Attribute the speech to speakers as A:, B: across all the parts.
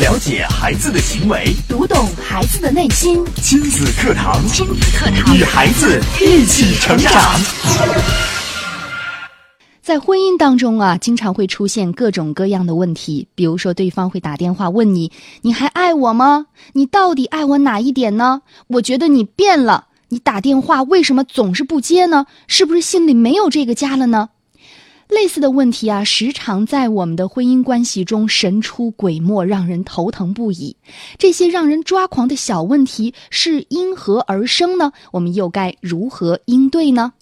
A: 了解孩子的行为，
B: 读懂孩子的内心。
A: 亲子课堂，
B: 亲子课堂
A: 与孩子一起成长。
B: 在婚姻当中啊，经常会出现各种各样的问题，比如说对方会打电话问你：“你还爱我吗？你到底爱我哪一点呢？我觉得你变了，你打电话为什么总是不接呢？是不是心里没有这个家了呢？”类似的问题啊，时常在我们的婚姻关系中神出鬼没，让人头疼不已。这些让人抓狂的小问题是因何而生呢？我们又该如何应对呢？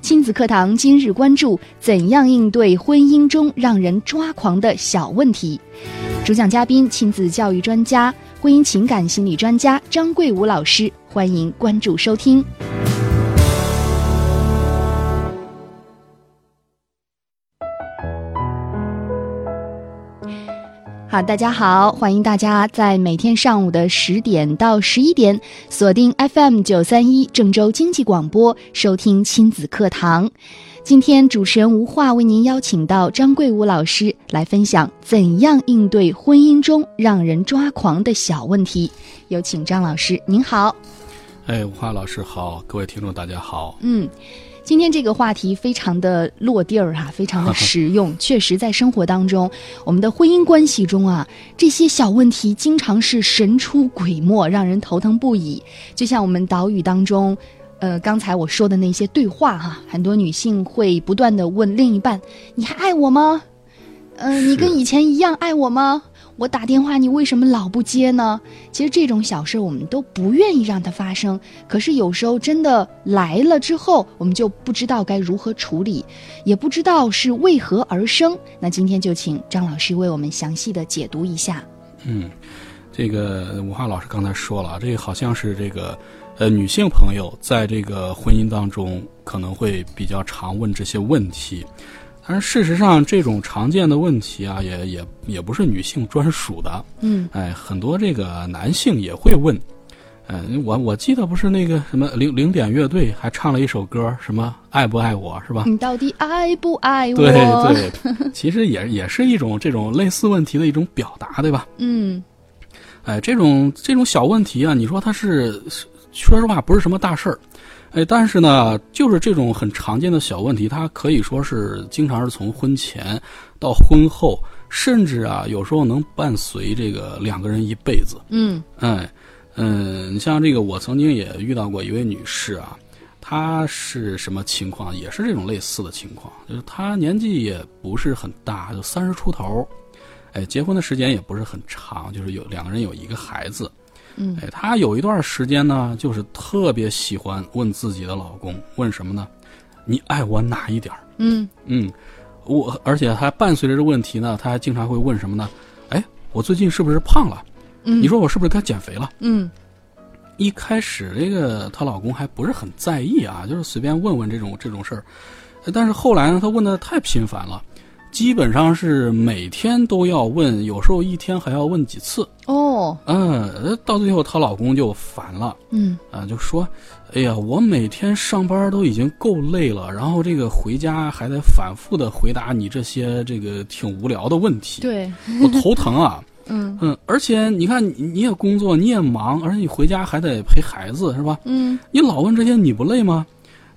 B: 亲子课堂今日关注：怎样应对婚姻中让人抓狂的小问题？主讲嘉宾：亲子教育专家、婚姻情感心理专家张桂武老师。欢迎关注收听。好，大家好，欢迎大家在每天上午的十点到十一点，锁定 FM 九三一郑州经济广播，收听亲子课堂。今天主持人吴化为您邀请到张桂武老师来分享怎样应对婚姻中让人抓狂的小问题。有请张老师，您好。
C: 哎，吴华老师好，各位听众大家好。
B: 嗯，今天这个话题非常的落地儿哈、非常的实用。确实，在生活当中，我们的婚姻关系中啊，这些小问题经常是神出鬼没，让人头疼不已。就像我们岛屿当中，呃，刚才我说的那些对话哈、很多女性会不断的问另一半：“你还爱我吗？”嗯、你跟以前一样爱我吗？我打电话你为什么老不接呢？其实这种小事我们都不愿意让它发生，可是有时候真的来了之后，我们就不知道该如何处理，也不知道是为何而生。那今天就请张老师为我们详细的解读一下。
C: 嗯，这个吴华老师刚才说了，啊这个好像是这个呃女性朋友在这个婚姻当中可能会比较常问这些问题，但是事实上这种常见的问题啊，也也也不是女性专属的。
B: 嗯
C: 哎，很多这个男性也会问，嗯、我我记得不是那个什么零零点乐队还唱了一首歌，什么爱不爱我是吧？
B: 你到底爱不爱嗯我？
C: 对对，其实也也是一种这种类似问题的一种表达，对吧？
B: 嗯
C: 哎，这种这种小问题啊，你说它是是说实话不是什么大事儿，哎，但是呢，就是这种很常见的小问题，它可以说是经常是从婚前到婚后，甚至啊，有时候能伴随这个两个人一辈子。
B: 嗯
C: 哎，嗯，你像这个，我曾经也遇到过一位女士啊，她是什么情况？也是这种类似的情况，就是她年纪也不是很大，就三十出头，哎，结婚的时间也不是很长，就是有两个人有一个孩子，
B: 嗯
C: 哎，她有一段时间呢，就是特别喜欢问自己的老公，问什么呢？你爱我哪一点儿？
B: 嗯
C: 嗯，我而且还伴随着这问题呢，她还经常会问什么呢？哎，我最近是不是胖了？
B: 嗯
C: 你说我是不是该减肥了？
B: 嗯
C: 一开始这个她老公还不是很在意啊，就是随便问问这种这种事儿，呃但是后来呢，她问的太频繁了，基本上是每天都要问，有时候一天还要问几次。
B: 哦
C: 嗯，呃到最后她老公就烦了
B: 嗯
C: 啊、就说：“哎呀，我每天上班都已经够累了，然后这个回家还得反复的回答你这些这个挺无聊的问题，
B: 对
C: 我头疼啊。”
B: 嗯
C: 嗯，而且你看，你你也工作，你也忙，而且你回家还得陪孩子，是吧？
B: 嗯
C: 你老问这些，你不累吗？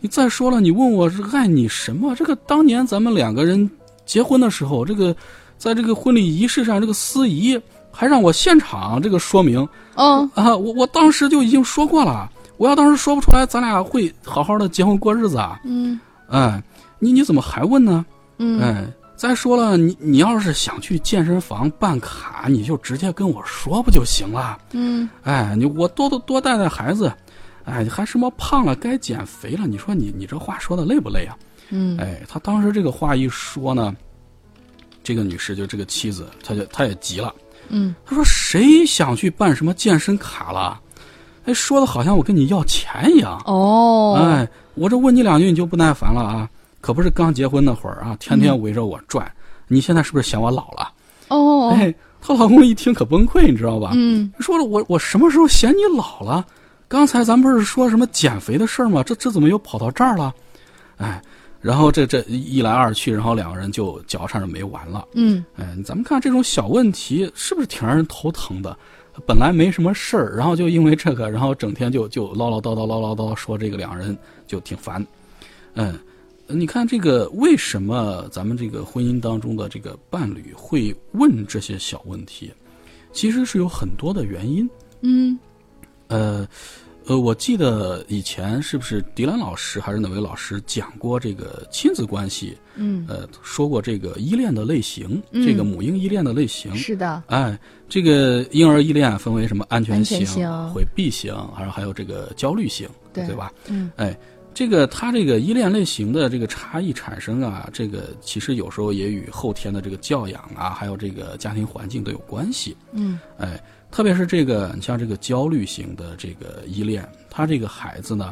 C: 你再说了，你问我是爱你什么？这个当年咱们两个人结婚的时候，这个在这个婚礼仪式上，这个司仪还让我现场这个说明
B: 哦
C: 啊，我我当时就已经说过了，我要当时说不出来，咱俩会好好的结婚过日子啊。
B: 嗯
C: 哎，你你怎么还问呢？
B: 嗯
C: 哎，再说了，你你要是想去健身房办卡，你就直接跟我说不就行了？
B: 嗯
C: 哎，你我多多多带带孩子，哎，还什么胖了该减肥了？你说你你这话说的累不累啊？
B: 嗯
C: 哎，他当时这个话一说呢，这个女士就这个妻子，她就她也急了，
B: 嗯
C: 她说谁想去办什么健身卡了？哎，说的好像我跟你要钱一样。
B: 哦
C: 哎，我这问你两句你就不耐烦了啊？可不是刚结婚那会儿啊，天天围着我转。你现在是不是嫌我老了？
B: 嗯哦
C: 哎，她老公一听可崩溃，你知道吧？
B: 嗯
C: 说了我我什么时候嫌你老了？刚才咱不是说什么减肥的事儿吗？这这怎么又跑到这儿了？哎，然后这这一来二去，然后两个人就搅缠着没完了。
B: 嗯
C: 哎，咱们看这种小问题是不是挺让人头疼的？本来没什么事儿，然后就因为这个，然后整天就就唠唠叨叨唠唠叨说这个两人就挺烦。嗯，你看这个为什么咱们这个婚姻当中的这个伴侣会问这些小问题？其实是有很多的原因。
B: 嗯
C: 呃，呃，我记得以前是不是迪兰老师还是哪位老师讲过这个亲子关系？
B: 嗯，
C: 呃，说过这个依恋的类型，
B: 嗯
C: 这个母婴依恋的类型。
B: 是的，
C: 哎，这个婴儿依恋分为什么安全型、
B: 安全型
C: 回避型，还有还有这个焦虑型，
B: 对
C: 对吧？
B: 嗯
C: 哎，这个它这个依恋类型的这个差异产生啊，这个其实有时候也与后天的这个教养啊，还有这个家庭环境都有关系。
B: 嗯
C: 哎，特别是这个，你像这个焦虑型的这个依恋，他这个孩子呢，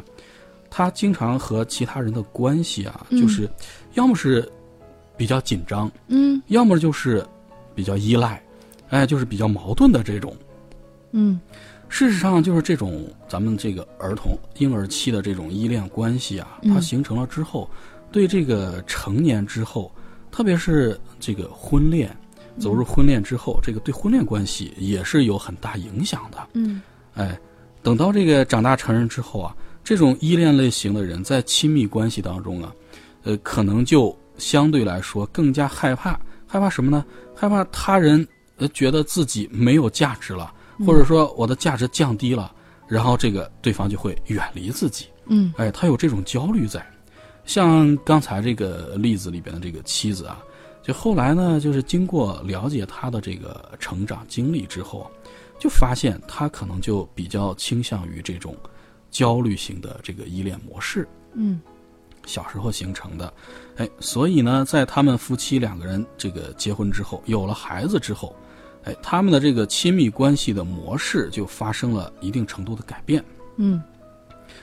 C: 他经常和其他人的关系啊，
B: 嗯
C: 就是要么是比较紧张，
B: 嗯
C: 要么就是比较依赖，哎，就是比较矛盾的这种。
B: 嗯
C: 事实上，就是这种咱们这个儿童婴儿期的这种依恋关系啊，
B: 嗯
C: 它形成了之后，对这个成年之后，特别是这个婚恋，走入婚恋之后，这个对婚恋关系也是有很大影响的。
B: 嗯
C: 哎，等到这个长大成人之后啊，这种依恋类型的人在亲密关系当中啊，呃，可能就相对来说更加害怕，害怕什么呢？害怕他人呃觉得自己没有价值了，或者说我的价值降低了，然后这个对方就会远离自己。
B: 嗯
C: 哎，他有这种焦虑在。像刚才这个例子里边的这个妻子啊，就后来呢，就是经过了解她的这个成长经历之后，就发现她可能就比较倾向于这种焦虑型的这个依恋模式，
B: 嗯
C: 小时候形成的。哎，所以呢，在他们夫妻两个人这个结婚之后，有了孩子之后，哎，他们的这个亲密关系的模式就发生了一定程度的改变。
B: 嗯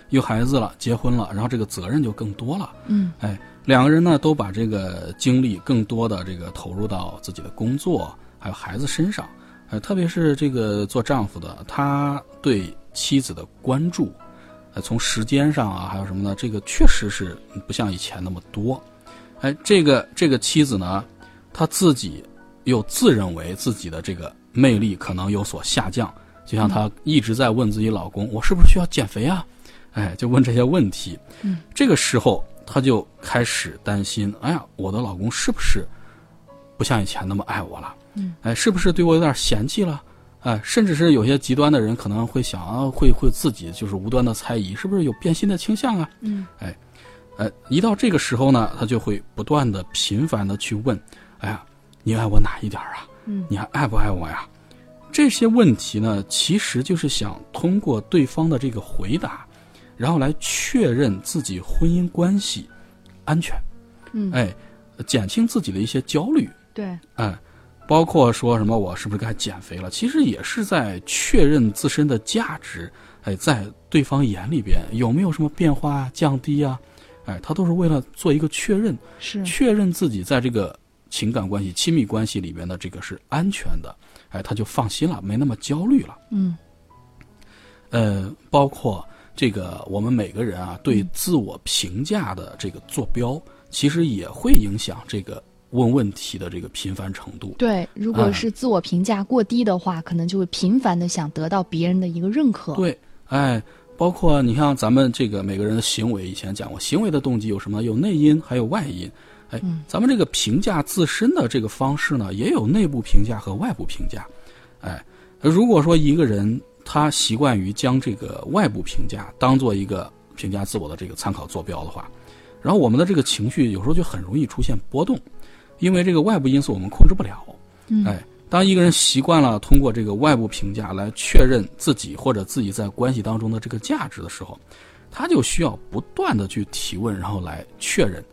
C: 有孩子了，结婚了，然后这个责任就更多了。
B: 嗯
C: 哎，两个人呢都把这个精力更多的这个投入到自己的工作还有孩子身上，呃，特别是这个做丈夫的，他对妻子的关注，呃，从时间上啊，还有什么呢？这个确实是不像以前那么多。哎，这个这个妻子呢，她自己又自认为自己的这个魅力可能有所下降，就像
B: 嗯
C: 她一直在问自己老公：“我是不是需要减肥啊？”哎，就问这些问题。
B: 嗯，
C: 这个时候她就开始担心：“哎呀，我的老公是不是不像以前那么爱我了？
B: 嗯，
C: 哎，是不是对我有点嫌弃了？”哎，甚至是有些极端的人可能会想啊，会会自己就是无端的猜疑，是不是有变心的倾向啊？
B: 嗯
C: 呃，一到这个时候呢，他就会不断的、频繁的去问：“哎呀，你爱我哪一点儿啊？
B: 嗯
C: 你还爱不爱我呀？”这些问题呢，其实就是想通过对方的这个回答，然后来确认自己婚姻关系安全，
B: 嗯，
C: 哎，减轻自己的一些焦虑，
B: 对，
C: 哎，包括说什么我是不是该减肥了，其实也是在确认自身的价值，哎，在对方眼里边有没有什么变化啊、降低啊，哎，他都是为了做一个确认，
B: 是，
C: 确认自己在这个情感关系、亲密关系里边的这个是安全的，哎，他就放心了，没那么焦虑了。
B: 嗯
C: 呃，包括这个我们每个人啊对自我评价的这个坐标，其实也会影响这个问问题的这个频繁程度。
B: 对。如果
C: 啊
B: 是自我评价过低的话，可能就会频繁的想得到别人的一个认可。
C: 对，哎，包括你像咱们这个每个人的行为，以前讲过，行为的动机有什么？有内因，还有外因。哎，咱们这个评价自身的这个方式呢，也有内部评价和外部评价。哎，如果说一个人他习惯于将这个外部评价当做一个评价自我的这个参考坐标的话，然后我们的这个情绪有时候就很容易出现波动，因为这个外部因素我们控制不了。
B: 嗯
C: 哎，当一个人习惯了通过这个外部评价来确认自己或者自己在关系当中的这个价值的时候，他就需要不断的去提问，然后来确认。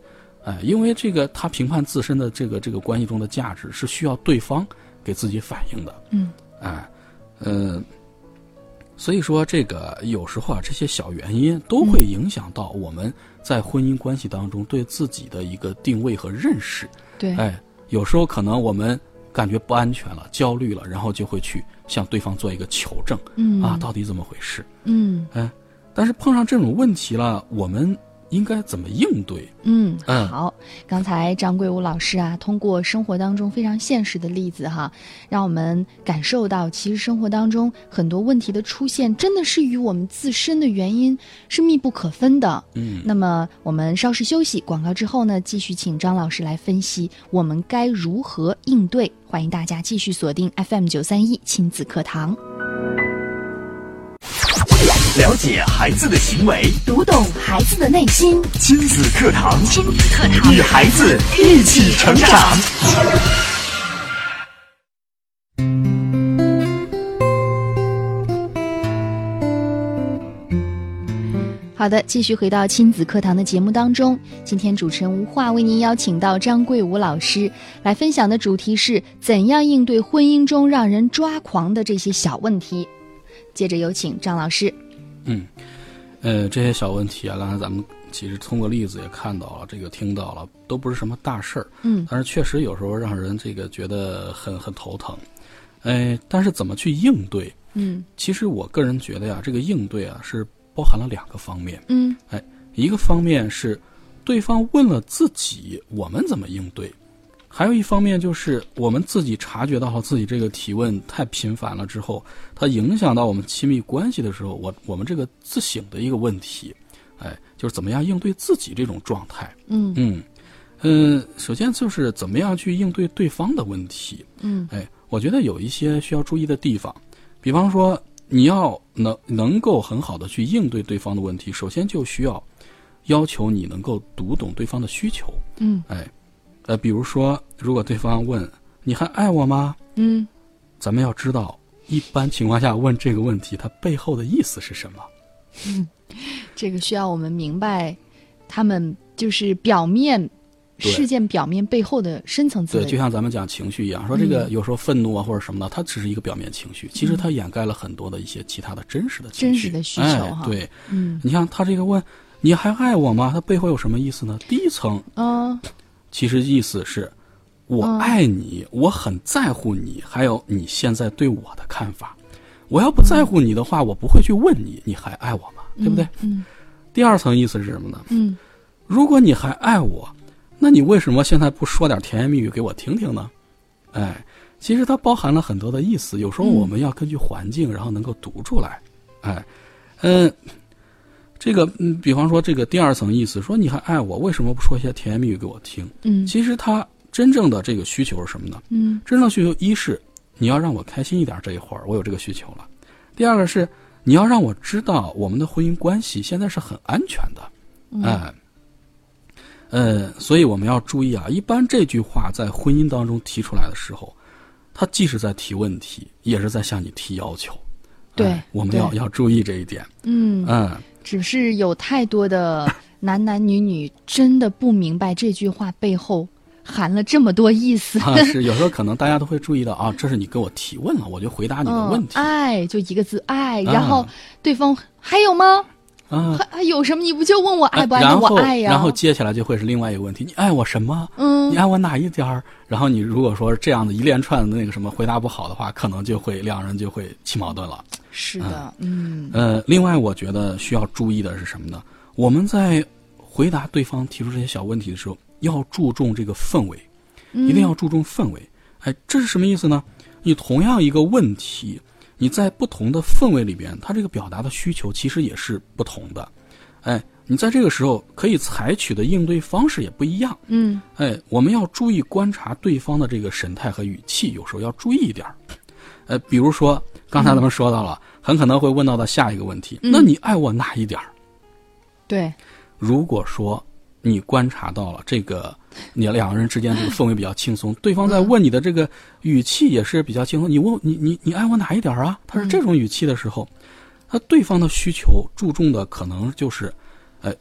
C: 哎，因为这个他评判自身的这个这个关系中的价值是需要对方给自己反映的。
B: 嗯
C: 哎，嗯，所以说这个有时候啊，这些小原因都会
B: 嗯
C: 影响到我们在婚姻关系当中对自己的一个定位和认识。
B: 对，
C: 哎，有时候可能我们感觉不安全了、焦虑了，然后就会去向对方做一个求证啊
B: 嗯
C: 啊，到底怎么回事？
B: 嗯
C: 哎，但是碰上这种问题了，我们应该怎么应对。
B: 嗯，
C: 嗯
B: 好。刚才张桂武老师啊，通过生活当中非常现实的例子哈，让我们感受到，其实生活当中很多问题的出现，真的是与我们自身的原因是密不可分的。
C: 嗯，
B: 那么我们稍事休息，广告之后呢，继续请张老师来分析我们该如何应对。欢迎大家继续锁定 FM 九三一亲子课堂。
A: 了解孩子的行为，
D: 读懂孩子的内心。
A: 亲子课堂，
D: 亲子课堂，
A: 与孩子一起成长。
B: 好的，继续回到亲子课堂的节目当中。今天主持人吴化为您邀请到张桂武老师来分享的主题是怎样应对婚姻中让人抓狂的这些小问题。接着有请张老师。
C: 呃，这些小问题啊，刚才咱们其实通过例子也看到了，这个听到了，都不是什么大事儿，
B: 嗯
C: 但是确实有时候让人这个觉得很很头疼。哎，但是怎么去应对？
B: 嗯
C: 其实我个人觉得呀、这个应对啊是包含了两个方面，
B: 嗯
C: 一个方面是对方问了自己，我们怎么应对；还有一方面就是我们自己察觉到了自己这个提问太频繁了之后，它影响到我们亲密关系的时候，我我们这个自省的一个问题，哎，就是怎么样应对自己这种状态。
B: 嗯
C: 嗯，嗯，首先就是怎么样去应对对方的问题。
B: 嗯
C: 哎，我觉得有一些需要注意的地方，比方说你要能能够很好的去应对对方的问题，首先就需要要求你能够读懂对方的需求。
B: 嗯
C: 哎，呃，比如说，如果对方问你还爱我吗，
B: 嗯
C: 咱们要知道，一般情况下问这个问题，它背后的意思是什么？
B: 这个需要我们明白，他们就是表面
C: 对
B: 事件表面背后的深层次
C: 对，
B: 的
C: 就像咱们讲情绪一样，说这
B: 嗯
C: 个有时候愤怒啊或者什么的，它只是一个表面情绪，其实它掩盖了很多的一些其他的真实的情
B: 真
C: 绪、
B: 实的需求
C: 哎
B: 哈
C: 对，
B: 嗯
C: 你像他这个问“你还爱我吗”，他背后有什么意思呢？第一层
B: 啊
C: 其实意思是“我
B: 嗯
C: 爱你，我很在乎你”，还有你现在对我的看法。我要不在乎你的话，我不会去问你“你还爱我吗”，对不对？
B: 嗯
C: 第二层意思是什么呢？
B: 嗯
C: 如果你还爱我，那你为什么现在不说点甜言蜜语给我听听呢？哎，其实它包含了很多的意思，有时候
B: 嗯
C: 我们要根据环境，然后能够读出来。哎，嗯，这个，嗯，比方说这个第二层意思，说你还爱我，为什么不说一些甜言蜜语给我听？
B: 嗯
C: 其实它真正的这个需求是什么呢？
B: 嗯
C: 真正需求一是你要让我开心一点，这一会儿我有这个需求了；第二个是你要让我知道我们的婚姻关系现在是很安全的。
B: 嗯
C: 哎，呃，所以我们要注意啊，一般这句话在婚姻当中提出来的时候，它既是在提问题，也是在向你提要求。
B: 对
C: 哎我们要
B: 对
C: 要注意这一点。
B: 嗯。
C: 嗯，
B: 只是有太多的 男男女女真的不明白这句话背后含了这么多意思。
C: 啊，是有时候可能大家都会注意到啊，这是你跟我提问了，我就回答你的问
B: 嗯，
C: 题、
B: 爱就一个字爱，然
C: 啊
B: 后对方还有吗？
C: 啊。哎
B: 还还有什么？你不就问我爱不爱
C: 然
B: 吗？
C: 后
B: 我爱呀。
C: 然后接下来就会是另外一个问题：你爱我什么？
B: 嗯
C: 你爱我哪一点儿？然后你如果说这样的一连串的那个什么回答不好的话，可能就会两人就会起矛盾了。
B: 是的，嗯
C: 呃，另外我觉得需要注意的是什么呢？我们在回答对方提出这些小问题的时候，要注重这个氛围，
B: 嗯
C: 一定要注重氛围。哎，这是什么意思呢？你同样一个问题，你在不同的氛围里边，它这个表达的需求其实也是不同的。哎，你在这个时候可以采取的应对方式也不一样。
B: 嗯
C: 哎，我们要注意观察对方的这个神态和语气，有时候要注意一点儿。呃，比如说刚才咱们说到了，很可能会问到的下一个问题，
B: 嗯
C: 那你爱我哪一点儿？
B: 对，
C: 如果说你观察到了这个，你两个人之间这个氛围比较轻松，对方在问你的这个语气也是比较轻松，你问你你你爱我哪一点儿啊？他是这种语气的时候，那对方的需求注重的可能就是，呃，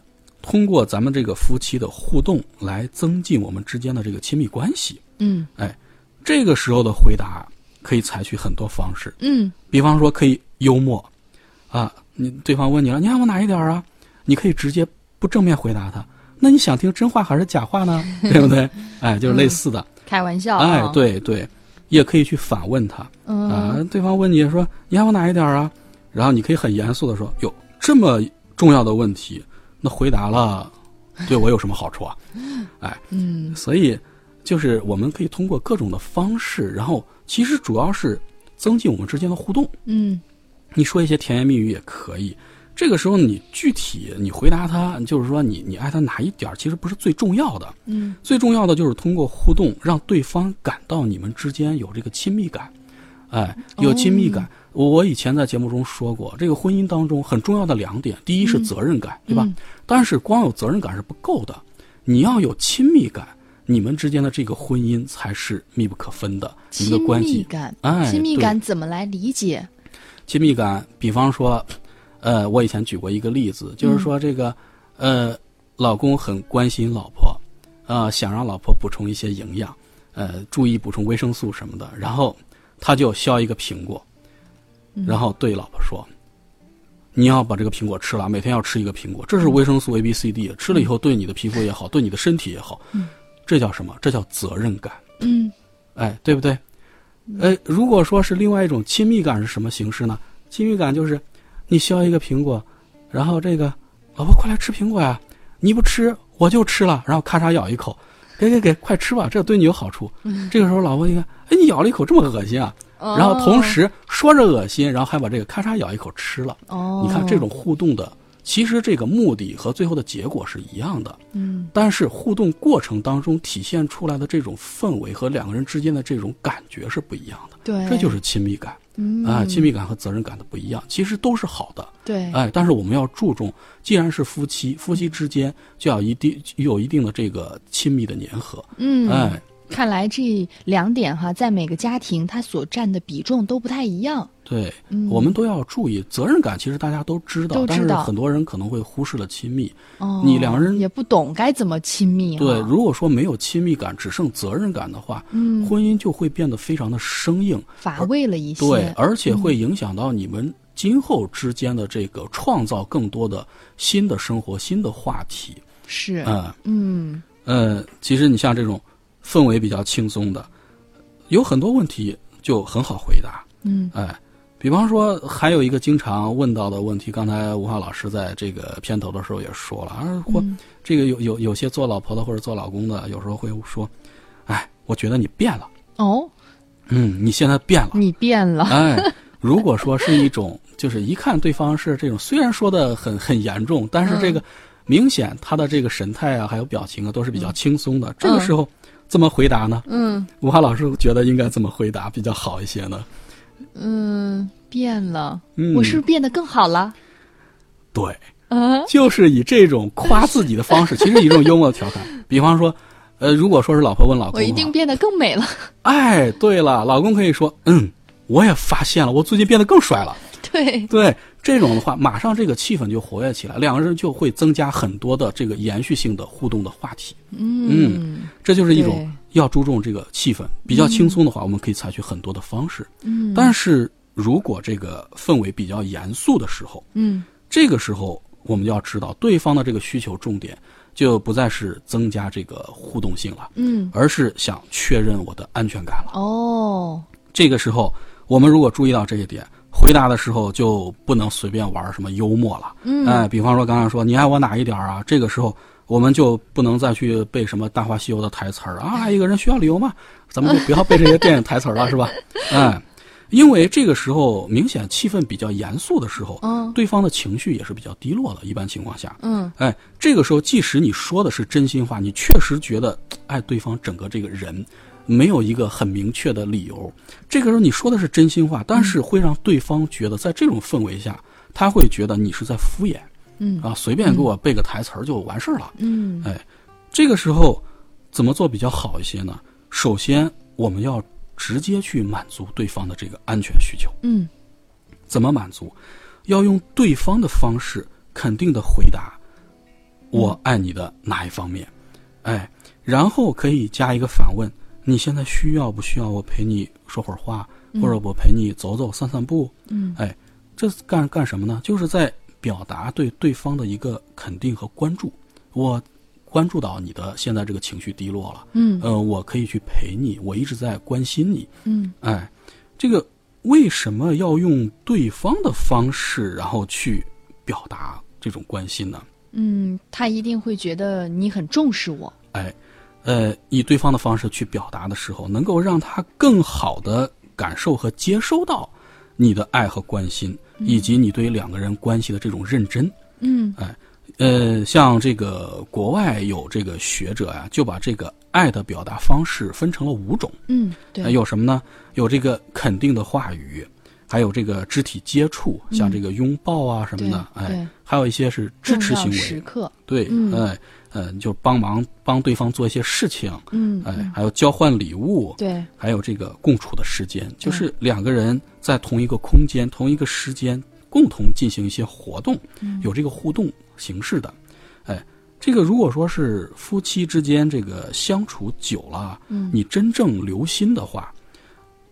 C: 通过咱们这个夫妻的互动来增进我们之间的这个亲密关系。
B: 嗯
C: 哎，这个时候的回答可以采取很多方式，
B: 嗯
C: 比方说可以幽默，啊，你对方问你了，你爱我哪一点儿啊？你可以直接不正面回答他。那你想听真话还是假话呢？对不对？哎，就是类似的。
B: 开玩笑啊
C: 哎，，对对，也可以去反问他啊
B: 嗯。
C: 对方问你说你爱我哪一点儿啊？然后你可以很严肃的说，哟，这么重要的问题，那回答了对我有什么好处啊？ 哎，
B: 嗯
C: 所以就是我们可以通过各种的方式，然后其实主要是增进我们之间的互动。
B: 嗯
C: 你说一些甜言蜜语也可以。这个时候你具体你回答他，就是说你你爱他哪一点儿，其实不是最重要的，
B: 嗯
C: 最重要的就是通过互动让对方感到你们之间有这个亲密感，哎，
B: 哦
C: 有亲密感。我我以前在节目中说过，这个婚姻当中很重要的两点，第一
B: 嗯
C: 是责任感，对吧？但是光有责任感是不够的，你要有亲密感，你们之间的这个婚姻才是密不可分的，你们
B: 亲
C: 的关
B: 密
C: 系
B: 感，
C: 哎
B: 亲密
C: 对
B: 感怎么来理解？
C: 亲密感，比方说，呃，我以前举过一个例子，就是说这个，呃，老公很关心老婆，呃，想让老婆补充一些营养，呃，注意补充维生素什么的，然后他就削一个苹果，然后对老婆说。你要把这个苹果吃了，每天要吃一个苹果，这是维生素 A、B、C、D，吃了以后对你的皮肤也好，对你的身体也好，这叫什么？这叫责任感。
B: 嗯
C: 哎，对不对？哎，如果说是另外一种亲密感是什么形式呢？亲密感就是你削一个苹果，然后这个老婆快来吃苹果呀，你不吃我就吃了，然后咔嚓咬一口，给给给，快吃吧，这对你有好处。
B: 嗯
C: 这个时候老婆一看，哎，你咬了一口这么恶心啊，
B: 哦
C: 然后同时说着恶心，然后还把这个咔嚓咬一口吃了。
B: 哦，
C: 你看这种互动的，其实这个目的和最后的结果是一样的。
B: 嗯
C: 但是互动过程当中体现出来的这种氛围和两个人之间的这种感觉是不一样的，
B: 对，
C: 这就是亲密感
B: 嗯
C: 啊、亲密感和责任感的不一样，其实都是好的，
B: 对
C: 哎，但是我们要注重，既然是夫
B: 嗯
C: 妻，夫妻之间就要一定有一定的这个亲密的粘合，
B: 嗯
C: 哎，
B: 看来这两点哈，在每个家庭它所占的比重都不太一样。
C: 对，
B: 嗯
C: 我们都要注意责任感，其实大家都知道，
B: 都
C: 但
B: 知
C: 是
B: 道
C: 很多人可能会忽视了亲密，
B: 哦，
C: 你两个人
B: 也不懂该怎么亲密、啊。
C: 对，如果说没有亲密感，只剩责任感的话，
B: 嗯
C: 婚姻就会变得非常的生硬，
B: 乏味了一些。
C: 对，啊而且会影响到你们今后之间的这个创造更多的新的生活、新的话题。
B: 是，
C: 嗯
B: 嗯
C: 呃，其实你像这种氛围比较轻松的，有很多问题就很好回答。
B: 嗯
C: 哎，比方说还有一个经常问到的问题，刚才吴浩老师在这个片头的时候也说了，啊，或
B: 嗯
C: 这个有有有些做老婆的或者做老公的，有时候会说，哎，我觉得你变了，
B: 哦，
C: 嗯，你现在变了。
B: 你变 了，
C: 哎，如果说是一种，就是一看对方是这种，虽然说的很很严重，但是
B: 嗯
C: 这个明显他的这个神态啊，还有表情啊，都是比较轻松的。这个时候怎么回答呢？
B: 嗯
C: 吴华老师觉得应该怎么回答比较好一些呢？
B: 嗯，变了，
C: 嗯
B: 我是不是变得更好了？
C: 对，
B: 嗯
C: 就是以这种夸自己的方式，其实以一种幽默调侃。比方说，呃，如果说是老婆问老公，啊
B: 我一定变得更美了。
C: 哎，对了，老公可以说，嗯，我也发现了，我最近变得更帅了。
B: 对，
C: 对这种的话，马上这个气氛就活跃起来，两个人就会增加很多的这个延续性的互动的话题。
B: 嗯
C: 这就是一
B: 对
C: 种要注重这个气氛，比较轻松的话，我们可以采取很多的方式。嗯，但是如果这个氛围比较严肃的时候，
B: 嗯
C: 这个时候我们就要知道对方的这个需求重点就不再是增加这个互动性了，
B: 嗯，
C: 而是想确认我的安全感了。
B: 哦，
C: 这个时候，我们如果注意到这一点，回答的时候就不能随便玩什么幽默了。嗯，哎，比方说刚才说你爱我哪一点儿啊？这个时候我们就不能再去背什么《大话西游》的台词儿啊。爱一个人需要理由吗？咱们就不要背这些电影台词儿了，是吧？哎，因为这个时候明显气氛比较严肃的时候，
B: 嗯
C: 对方的情绪也是比较低落的。一般情况下，
B: 嗯
C: 哎，这个时候，即使你说的是真心话，你确实觉得哎，对方整个这个人没有一个很明确的理由。这个时候你说的是真心话，但是会让对方觉得，在这种氛围下，他会觉得你是在敷衍
B: 嗯
C: 啊，随便给我背个台词儿就完事儿了。
B: 嗯
C: 哎，这个时候怎么做比较好一些呢？首先，我们要直接去满足对方的这个安全需求。
B: 嗯
C: 怎么满足？要用对方的方式肯定的回答“我爱你的哪一方面”，哎，然后可以加一个反问：“你现在需要不需要我陪你说会儿话，或者我陪你走走散散步？”
B: 嗯，
C: 哎，这是干干什么呢？就是在表达对对方的一个肯定和关注。我关注到你的现在这个情绪低落了，
B: 嗯
C: 呃，我可以去陪你，我一直在关心你，
B: 嗯
C: 哎，这个为什么要用对方的方式，然后去表达这种关心呢？
B: 嗯，他一定会觉得你很重视我。
C: 哎，呃，以对方的方式去表达的时候，能够让他更好的感受和接收到你的爱和关心，以及你对于两个人关系的这种认真。
B: 嗯
C: 呃，像这个国外有这个学者啊，就把这个爱的表达方式分成了五种，
B: 嗯，
C: 呃
B: 对，
C: 有什么呢？有这个肯定的话语，还有这个肢体接触，像这个拥抱啊什么的，
B: 嗯对对
C: 哎，还有一些是支
B: 重
C: 持
B: 要
C: 行
B: 时
C: 为，
B: 刻，
C: 对，
B: 嗯
C: 哎，呃，就帮忙帮对方做一些事情，
B: 嗯，
C: 哎，还有交换礼物，
B: 对，
C: 还有这个共处的时间，
B: 嗯
C: 就是两个人在同一个空间、同一个时间共同进行一些活动，
B: 嗯
C: 有这个互动形式的。哎，这个如果说是夫妻之间这个相处久了，
B: 嗯
C: 你真正留心的话，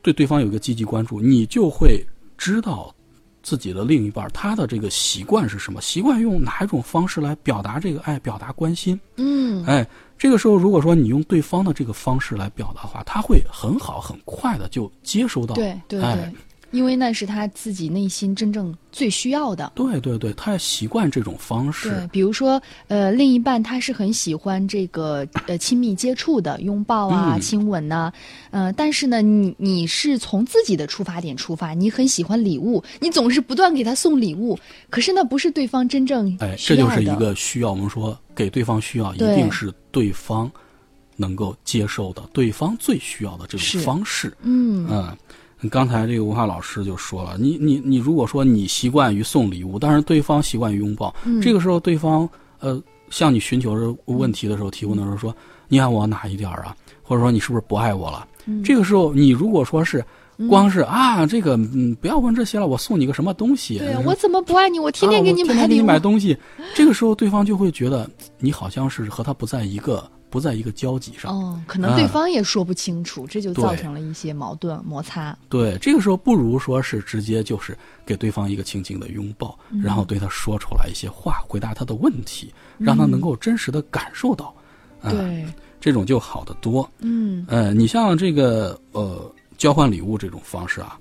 C: 对对方有一个积极关注，你就会知道自己的另一半他的这个习惯是什么，习惯用哪一种方式来表达这个爱、表达关心。
B: 嗯
C: 哎，这个时候如果说你用对方的这个方式来表达的话，他会很好很快的就接收到。
B: 对对对
C: 哎，
B: 因为那是他自己内心真正最需要的。
C: 对对对，他也习惯这种方式
B: 对，。比如说，呃，另一半他是很喜欢这个呃亲密接触的，拥抱啊、
C: 嗯
B: 亲吻呐、呃，但是呢，你你是从自己的出发点出发，你很喜欢礼物，你总是不断给他送礼物，可是那不是对方真正
C: 哎，
B: 需
C: 这
B: 要
C: 就
B: 的。
C: 是一个需要。我们说给对方需要，一
B: 对
C: 定是对方能够接受的，对方最需要的这
B: 是
C: 种方式。
B: 嗯
C: 嗯，刚才这个文化老师就说了，你你你，如果说你习惯于送礼物，当然对方习惯于拥抱，
B: 嗯
C: 这个时候对方呃向你寻求着问题的时候，提问的时候说你爱我哪一点儿啊？或者说你是不是不爱我了？
B: 嗯
C: 这个时候你如果说是光是、啊这个嗯不要问这些了，我送你个什么东西？
B: 对啊，我怎么不爱你？我天天
C: 啊
B: 给
C: 我
B: 你
C: 天
B: 买
C: 天给
B: 礼
C: 你
B: 物，
C: 买东西，这个时候对方就会觉得你好像是和他不在一个不在一个交集上。
B: 哦，可能对
C: 啊
B: 方也说不清楚，这就造
C: 对
B: 成了一些矛盾摩擦。
C: 对，这个时候不如说是直接就是给对方一个轻轻的拥抱，
B: 嗯
C: 然后对他说出来一些话，回答他的问题，让他能够真实的感受到，啊、
B: 对，
C: 这种就好得多。
B: 嗯
C: 呃，你像这个呃交换礼物这种方式啊，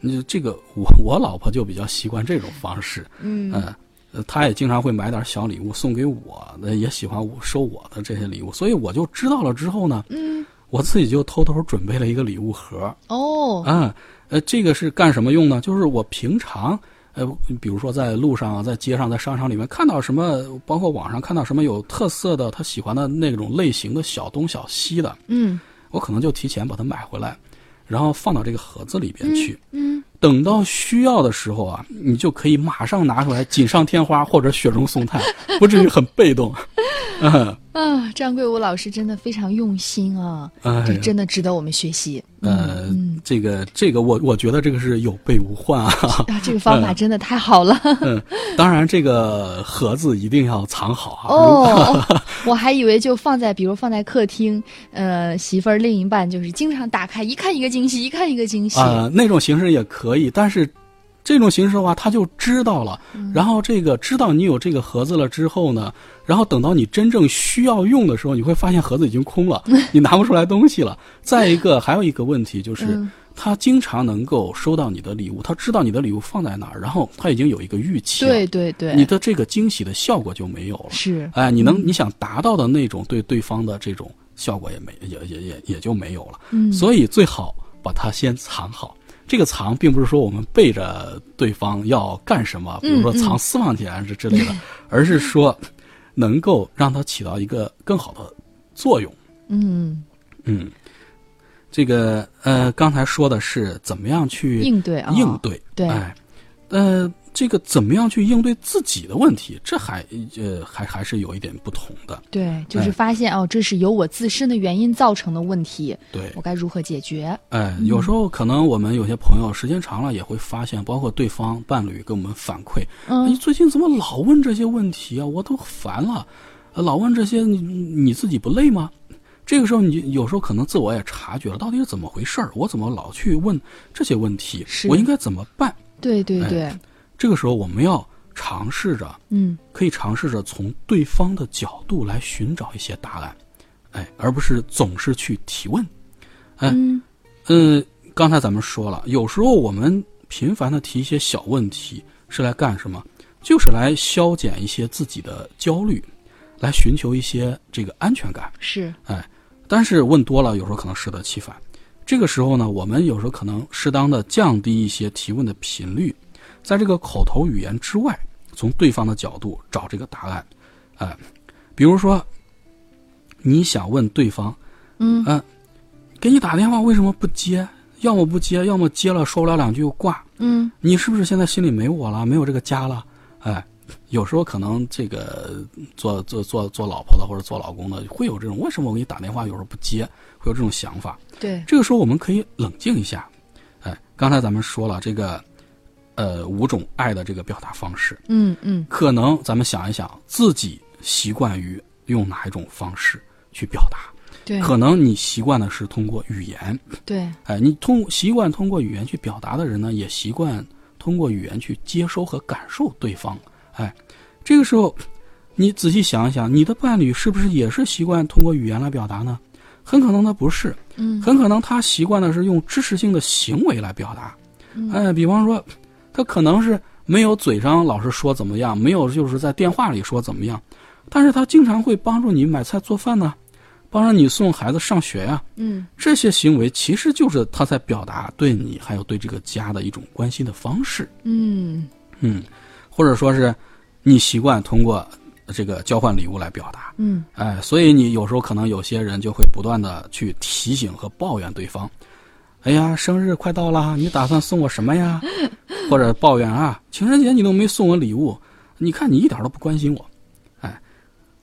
C: 你这个我我老婆就比较习惯这种方式，
B: 嗯
C: 嗯、呃，她也经常会买点小礼物送给我，呃也喜欢我收我的这些礼物，所以我就知道了之后呢，
B: 嗯，
C: 我自己就偷偷准备了一个礼物盒，
B: 哦，
C: 啊，呃，这个是干什么用呢？就是我平常，呃，比如说在路上啊，在街上，在商场里面看到什么，包括网上看到什么有特色的他喜欢的那种类型的小东小西的，
B: 嗯
C: 我可能就提前把它买回来，然后放到这个盒子里边去。
B: 嗯，
C: 等到需要的时候啊，你就可以马上拿出来，锦上添花或者雪中送炭，不至于很被动。嗯，
B: 啊，张桂武老师真的非常用心啊，
C: 哎
B: 这嗯
C: 呀
B: 真的值得我们学习。
C: 呃， 这个这个我我觉得这个是有备无患啊。
B: 啊，这个方法真的太好了
C: 嗯，当然这个盒子一定要藏好啊。
B: 哦！ 我还以为就放在，比如放在客厅，呃，媳妇儿另一半就是经常打开，一看一个惊喜，一看一个惊喜。
C: 啊、那种形式也可以，但是这种形式的话，他就知道了。
B: 嗯
C: 然后这个知道你有这个盒子了之后呢，然后等到你真正需要用的时候，你会发现盒子已经空 了，你拿不出来东西了。再一个，还有一个问题就是。
B: 嗯
C: 他经常能够收到你的礼物，他知道你的礼物放在哪儿，然后他已经有一个预期了，
B: 对对对，
C: 啊
B: 嗯
C: 你的这个惊喜的效果就没有了。
B: 是
C: 哎，你能你想达到的那种对对方的这种效果也没也也也也就没有了。
B: 嗯
C: 所以最好把它先藏好。这个藏并不是说我们背着对方要干什么，比如说
B: 嗯嗯嗯
C: 藏私房钱之之类的， 而是说能够让它起到一个更好的作用。
B: 嗯，
C: 嗯，这个呃，刚才说的是怎么样去
B: 应对啊，
C: 嗯应对，
B: 对
C: 哎，呃，这个怎么样去应对自己的问题，这还呃还还是有一点不同的，
B: 对，就是
C: 哎
B: 发现哦，这是由我自身的原因造成的问题，
C: 对
B: 我，该如何解决？
C: 哎，有
B: 嗯
C: 时候可能我们有些朋友时间长了也会发现，包括对方伴侣给我们反馈，你
B: 嗯
C: 最近怎么老问这些问题啊？我都烦了，呃老问这些，你你自己不累吗？这个时候，你有时候可能自我也察觉了，到底是怎么回事儿？我怎么老去问这些问题
B: 是？
C: 我应该怎么办？
B: 对对
C: 哎
B: 对，
C: 这个时候，我们要尝试着
B: 嗯
C: 可以尝试着从对方的角度来寻找一些答案，哎，而不是总是去提问。哎
B: 嗯
C: 嗯，刚才咱们说了，有时候我们频繁的提一些小问题是来干什么？就是来消减一些自己的焦虑，来寻求一些这个安全感。
B: 是
C: 哎，但是问多了，有时候可能适得其反。这个时候呢，我们有时候可能适当的降低一些提问的频率，在这个口头语言之外，从对方的角度找这个答案。哎，比如说，你想问对方，
B: 嗯
C: 呃给你打电话为什么不接？要么不接，要么接了说不了两句又挂。
B: 嗯
C: 你是不是现在心里没我了，没有这个家了？哎，有时候可能这个做做做做老婆的或者做老公的会有这种，为什么我给你打电话有时候不接，会有这种想法。
B: 对
C: 这个时候我们可以冷静一下。哎，刚才咱们说了这个，呃，五种爱的这个表达方式，
B: 嗯嗯
C: 可能咱们想一想自己习惯于用哪一种方式去表达，
B: 对
C: 可能你习惯的是通过语言，
B: 对
C: 哎，你通习惯通过语言去表达的人呢，也习惯通过语言去接收和感受对方。哎，这个时候，你仔细想一想，你的伴侣是不是也是习惯通过语言来表达呢？很可能他不是，
B: 嗯
C: 很可能他习惯的是用支持性的行为来表达。
B: 嗯
C: 哎，比方说，他可能是没有嘴上老是说怎么样，没有就是在电话里说怎么样，但是他经常会帮助你买菜做饭呢、帮着你送孩子上学啊呀、
B: 嗯
C: 这些行为其实就是他在表达对你还有对这个家的一种关心的方式，
B: 嗯
C: 嗯，或者说是你习惯通过这个交换礼物来表达，
B: 嗯
C: 哎，所以你有时候可能有些人就会不断的去提醒和抱怨对方，哎呀，生日快到啦，你打算送我什么呀？或者抱怨啊，情人节你都没送我礼物，你看你一点都不关心我，哎，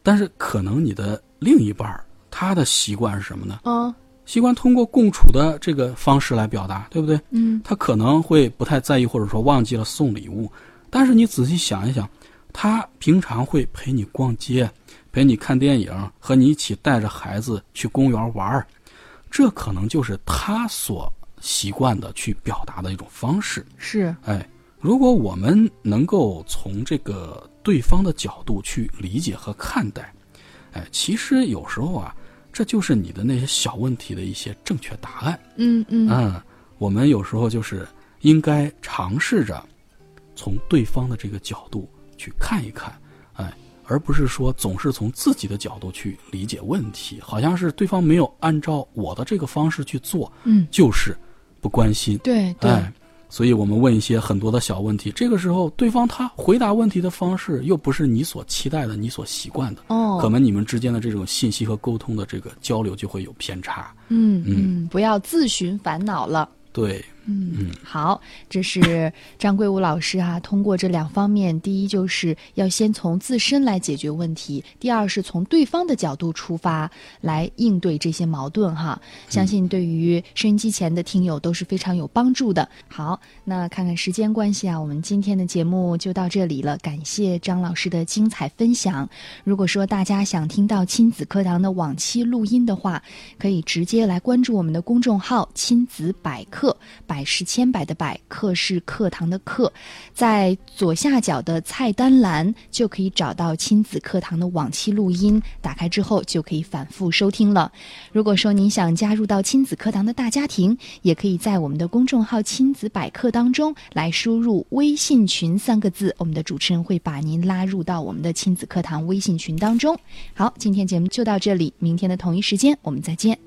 C: 但是可能你的另一半儿他的习惯是什么呢？
B: 哦
C: 习惯通过共处的这个方式来表达，对不对？
B: 嗯
C: 他可能会不太在意，或者说忘记了送礼物。但是你仔细想一想，他平常会陪你逛街，陪你看电影，和你一起带着孩子去公园玩儿，这可能就是他所习惯的去表达的一种方式。
B: 是
C: 哎，如果我们能够从这个对方的角度去理解和看待，哎，其实有时候啊，这就是你的那些小问题的一些正确答案。
B: 嗯嗯
C: 嗯，我们有时候就是应该尝试着从对方的这个角度去看一看，哎，而不是说总是从自己的角度去理解问题，好像是对方没有按照我的这个方式去做，
B: 嗯
C: 就是不关心，
B: 对对
C: 哎，所以我们问一些很多的小问题，这个时候对方他回答问题的方式又不是你所期待的、你所习惯的，可
B: 哦
C: 能你们之间的这种信息和沟通的这个交流就会有偏差。
B: 嗯
C: 嗯
B: 嗯不要自寻烦恼了。
C: 对，
B: 嗯，好，这是张桂武老师啊。通过这两方面，第一就是要先从自身来解决问题，第二是从对方的角度出发来应对这些矛盾哈。相信对于收音机前的听友都是非常有帮助的。好，那看看时间关系啊，我们今天的节目就到这里了，感谢张老师的精彩分享。如果说大家想听到亲子课堂的往期录音的话，可以直接来关注我们的公众号“亲子百科”，百是千百的百，课是课堂的课，在左下角的菜单栏就可以找到亲子课堂的往期录音，打开之后就可以反复收听了。如果说您想加入到亲子课堂的大家庭，也可以在我们的公众号“亲子百科”当中来输入“微信群”三个字，我们的主持人会把您拉入到我们的亲子课堂微信群当中。好，今天节目就到这里，明天的同一时间我们再见。